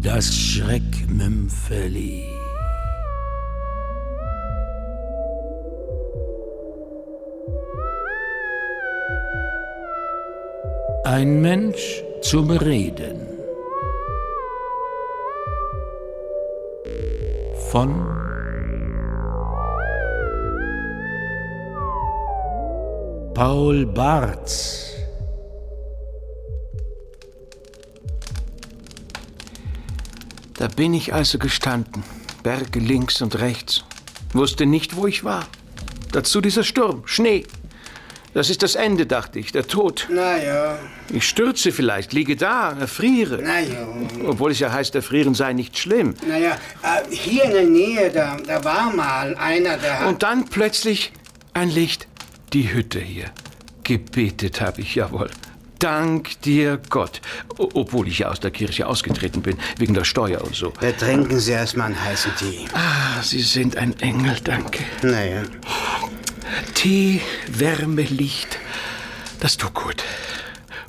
Das Schreckmümpfeli. Ein Mensch zum Reden. Von Paul Barz. Da bin ich also gestanden, Berge links und rechts. Wusste nicht, wo ich war. Dazu dieser Sturm, Schnee. Das ist das Ende, dachte ich, der Tod. Naja, Ich stürze vielleicht, liege da, erfriere. naja. Obwohl es ja heißt, erfrieren sei nicht schlimm. Naja, äh, hier in der Nähe, da, da war mal einer, der hat. Und dann plötzlich ein Licht. Die Hütte hier. Gebetet habe ich, jawohl. Dank dir Gott. O- Obwohl ich ja aus der Kirche ausgetreten bin, wegen der Steuer und so. Da trinken Sie erstmal einen heißen Tee. Ah, Sie sind ein Engel, danke. Naja. Tee, Wärme, Licht. Das tut gut.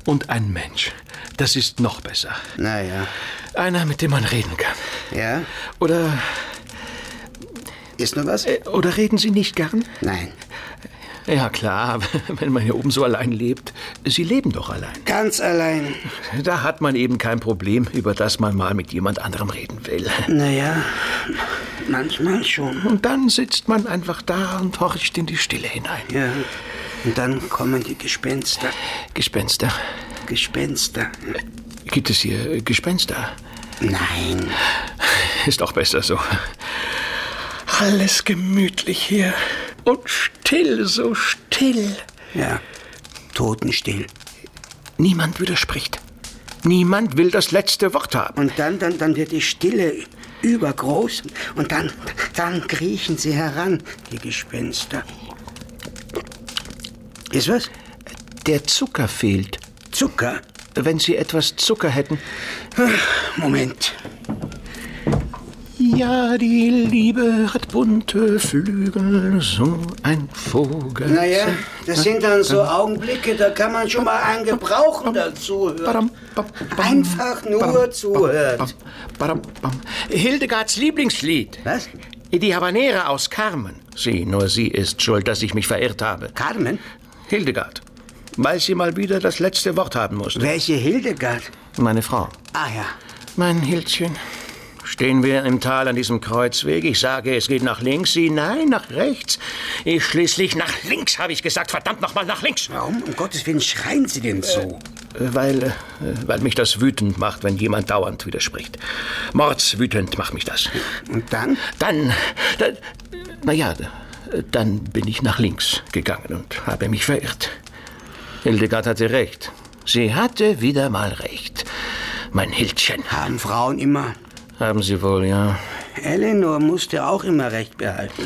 Und ein Mensch. Das ist noch besser. Naja. Einer, mit dem man reden kann. Ja? Oder, Ist nur was? äh, oder reden Sie nicht gern? Nein. Ja, klar, wenn man hier oben so allein lebt. Sie leben doch allein. Ganz allein. Da hat man eben kein Problem, über das man mal mit jemand anderem reden will. Naja, manchmal schon. Und dann sitzt man einfach da und horcht in die Stille hinein. Ja. Und dann kommen die Gespenster. Gespenster. Gespenster. Gibt es hier äh, Gespenster? Nein. Ist auch besser so. Alles gemütlich hier. Und still, so still. Ja. Totenstill. Niemand widerspricht. Niemand will das letzte Wort haben. Und dann, dann, dann wird die Stille übergroß und dann, dann kriechen sie heran, die Gespenster. Ist was? Der Zucker fehlt. Zucker? Wenn Sie etwas Zucker hätten. Moment. Ja, die Liebe hat bunte Flügel, so ein Vogel. Naja, das sind dann so Augenblicke, da kann man schon mal einen gebrauchen dazu hören. Einfach nur zuhört. Hildegards Lieblingslied. Was? Die Habanere aus Carmen. Sie, nur sie ist schuld, dass ich mich verirrt habe. Carmen? Hildegard, weil sie mal wieder das letzte Wort haben musste. Welche Hildegard? Meine Frau. Ah ja. Mein Hildchen. Stehen wir im Tal an diesem Kreuzweg. Ich sage, es geht nach links. Sie, nein, nach rechts. Ich schließlich nach links, habe ich gesagt. Verdammt nochmal nach links. Warum um Gottes Willen schreien Sie denn so? Weil, äh, weil mich das wütend macht, wenn jemand dauernd widerspricht. Mordswütend macht mich das. Und dann? Dann, dann naja, dann bin ich nach links gegangen und habe mich verirrt. Hildegard hatte recht. Sie hatte wieder mal recht. Mein Hildchen. Haben Frauen immer. Haben Sie wohl, ja. Eleanor musste auch immer recht behalten.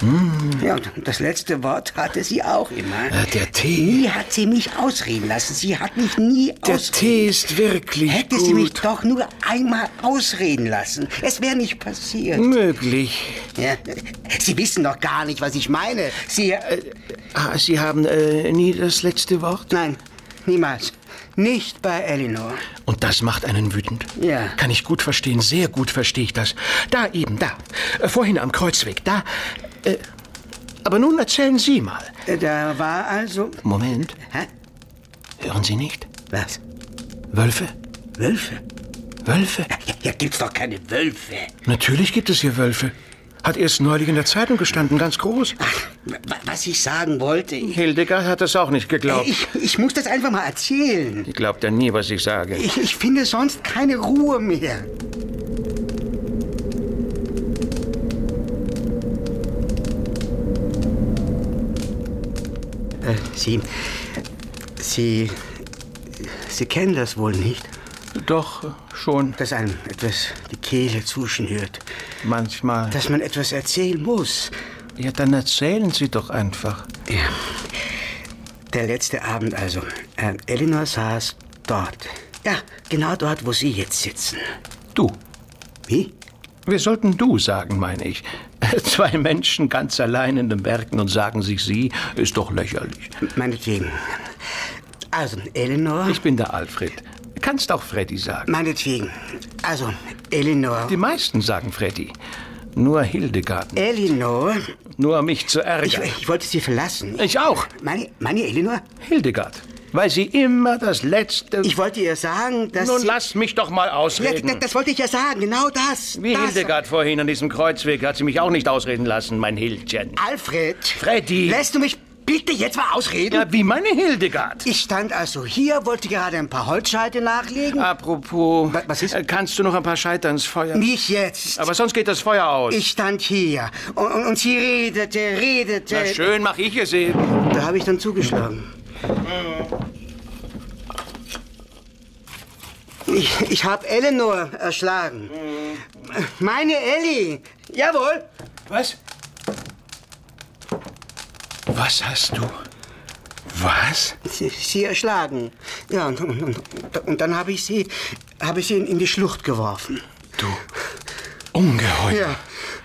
Hm. Ja, und das letzte Wort hatte sie auch immer. Äh, der Tee. Nie hat sie mich ausreden lassen. Sie hat mich nie Der ausreden Tee ist wirklich Hätte gut. sie mich doch nur einmal ausreden lassen. Es wäre nicht Hm. passiert. Möglich. Ja. Sie wissen doch gar nicht, was ich meine. Sie. Äh, Ah, Sie haben äh, nie das letzte Wort? nein, niemals. Nicht bei Eleanor. Und das macht einen wütend. Ja. Kann ich gut verstehen, sehr gut verstehe ich das. Da eben, da. Äh, Vorhin am Kreuzweg, da. Äh, aber nun erzählen Sie mal. Äh, Da war also. Moment, Hä? hören Sie nicht? Was? Wölfe? Wölfe? Wölfe? Ja, Hier gibt's doch keine Wölfe. Natürlich gibt es hier Wölfe. Hat erst neulich in der Zeitung gestanden, ganz groß. Ach, wa- was ich sagen wollte. Ich, Hildegard hat das auch nicht geglaubt. ich, ich muss das einfach mal erzählen. Sie glaubt ja nie, was ich sage. Ich, ich finde sonst keine Ruhe mehr. Äh, Sie. Sie. Sie kennen das wohl nicht, Doch, schon. dass einem etwas die Kehle zuschnürt, Manchmal. dass man etwas erzählen muss. Ja, dann erzählen Sie doch einfach. Ja. Der letzte Abend also. Äh, Elinor saß dort. Ja, genau dort, wo Sie jetzt sitzen. Du. Wie? Wir sollten du sagen, meine ich. Zwei Menschen ganz allein in den Bergen und sagen sich sie, ist doch lächerlich. Meinetwegen. Also, Eleanor. Ich bin der Alfred. Kannst auch Freddy sagen. Meinetwegen. Also, Elinor. Die meisten sagen Freddy. Nur Hildegard. Elinor? Nur mich zu Ich, ärgern. ich wollte Sie verlassen. Ich auch. Meine, meine Elinor? Hildegard. Weil sie immer das Letzte... Ich wollte ihr sagen, dass Nun Sie... lass mich doch mal Ja, das, ausreden. das wollte ich ja sagen, genau das. Wie das. Hildegard vorhin an diesem Kreuzweg hat sie mich auch nicht ausreden lassen, mein Hildchen. Alfred. Freddy. Lässt du mich bitte jetzt mal ausreden? Ja, wie meine Hildegard. Ich stand also hier, wollte gerade ein paar Holzscheite nachlegen. Ah. Apropos, Wa- was ist? äh, kannst du noch ein paar Scheiter ins Feuer? Nicht jetzt. Aber sonst geht das Feuer aus. Ich stand hier und, und, und sie redete, redete. Na schön, mach ich es eben. Da habe ich dann zugeschlagen. Ich, ich habe Eleanor erschlagen. Meine Elli. Jawohl. Was? Was hast du? Was? Sie, sie erschlagen. Ja, und, und, und, und dann habe ich sie, habe ich sie in, in die Schlucht geworfen. Du Ungeheuer. Ja,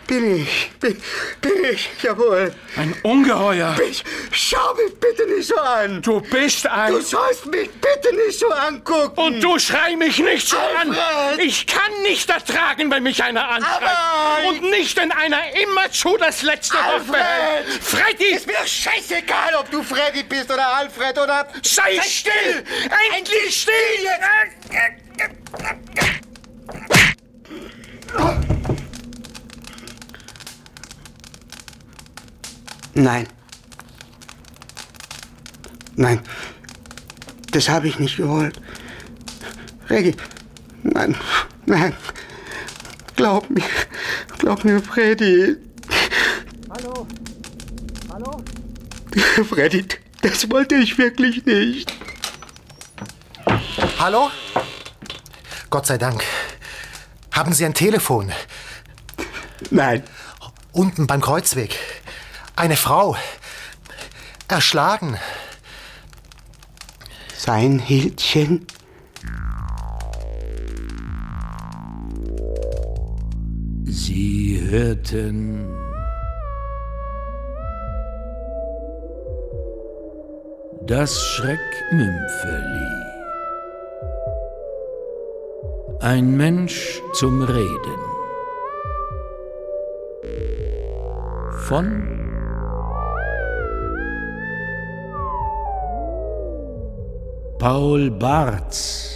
bin ich. Bin, bin ich. Jawohl. Ein Ungeheuer. Ich, schau mich bitte nicht so an. Du bist ein... Du sollst mich bitte nicht so angucken. Und du schrei mich nicht so an! Alfred! Ich kann nicht ertragen, wenn mich einer anschreit. Aber- Und nicht, wenn einer immerzu das letzte Wort Alfred! behält. Freddy, Ist mir scheißegal, ob du Freddy bist oder Alfred oder... sei, still! Endlich still! Nein. Nein. Das habe ich nicht geholt. Reggie, nein, nein. Glaub mir, glaub mir, Freddy. Hallo, hallo? Freddy, das wollte ich wirklich nicht. Hallo? Gott sei Dank. Haben Sie ein Telefon? Nein, Unten beim Kreuzweg. Eine Frau. Erschlagen. sein Hildchen. Sie hörten das Schreckmümpfeli. Ein Mensch zum Reden. Von Paul Barz.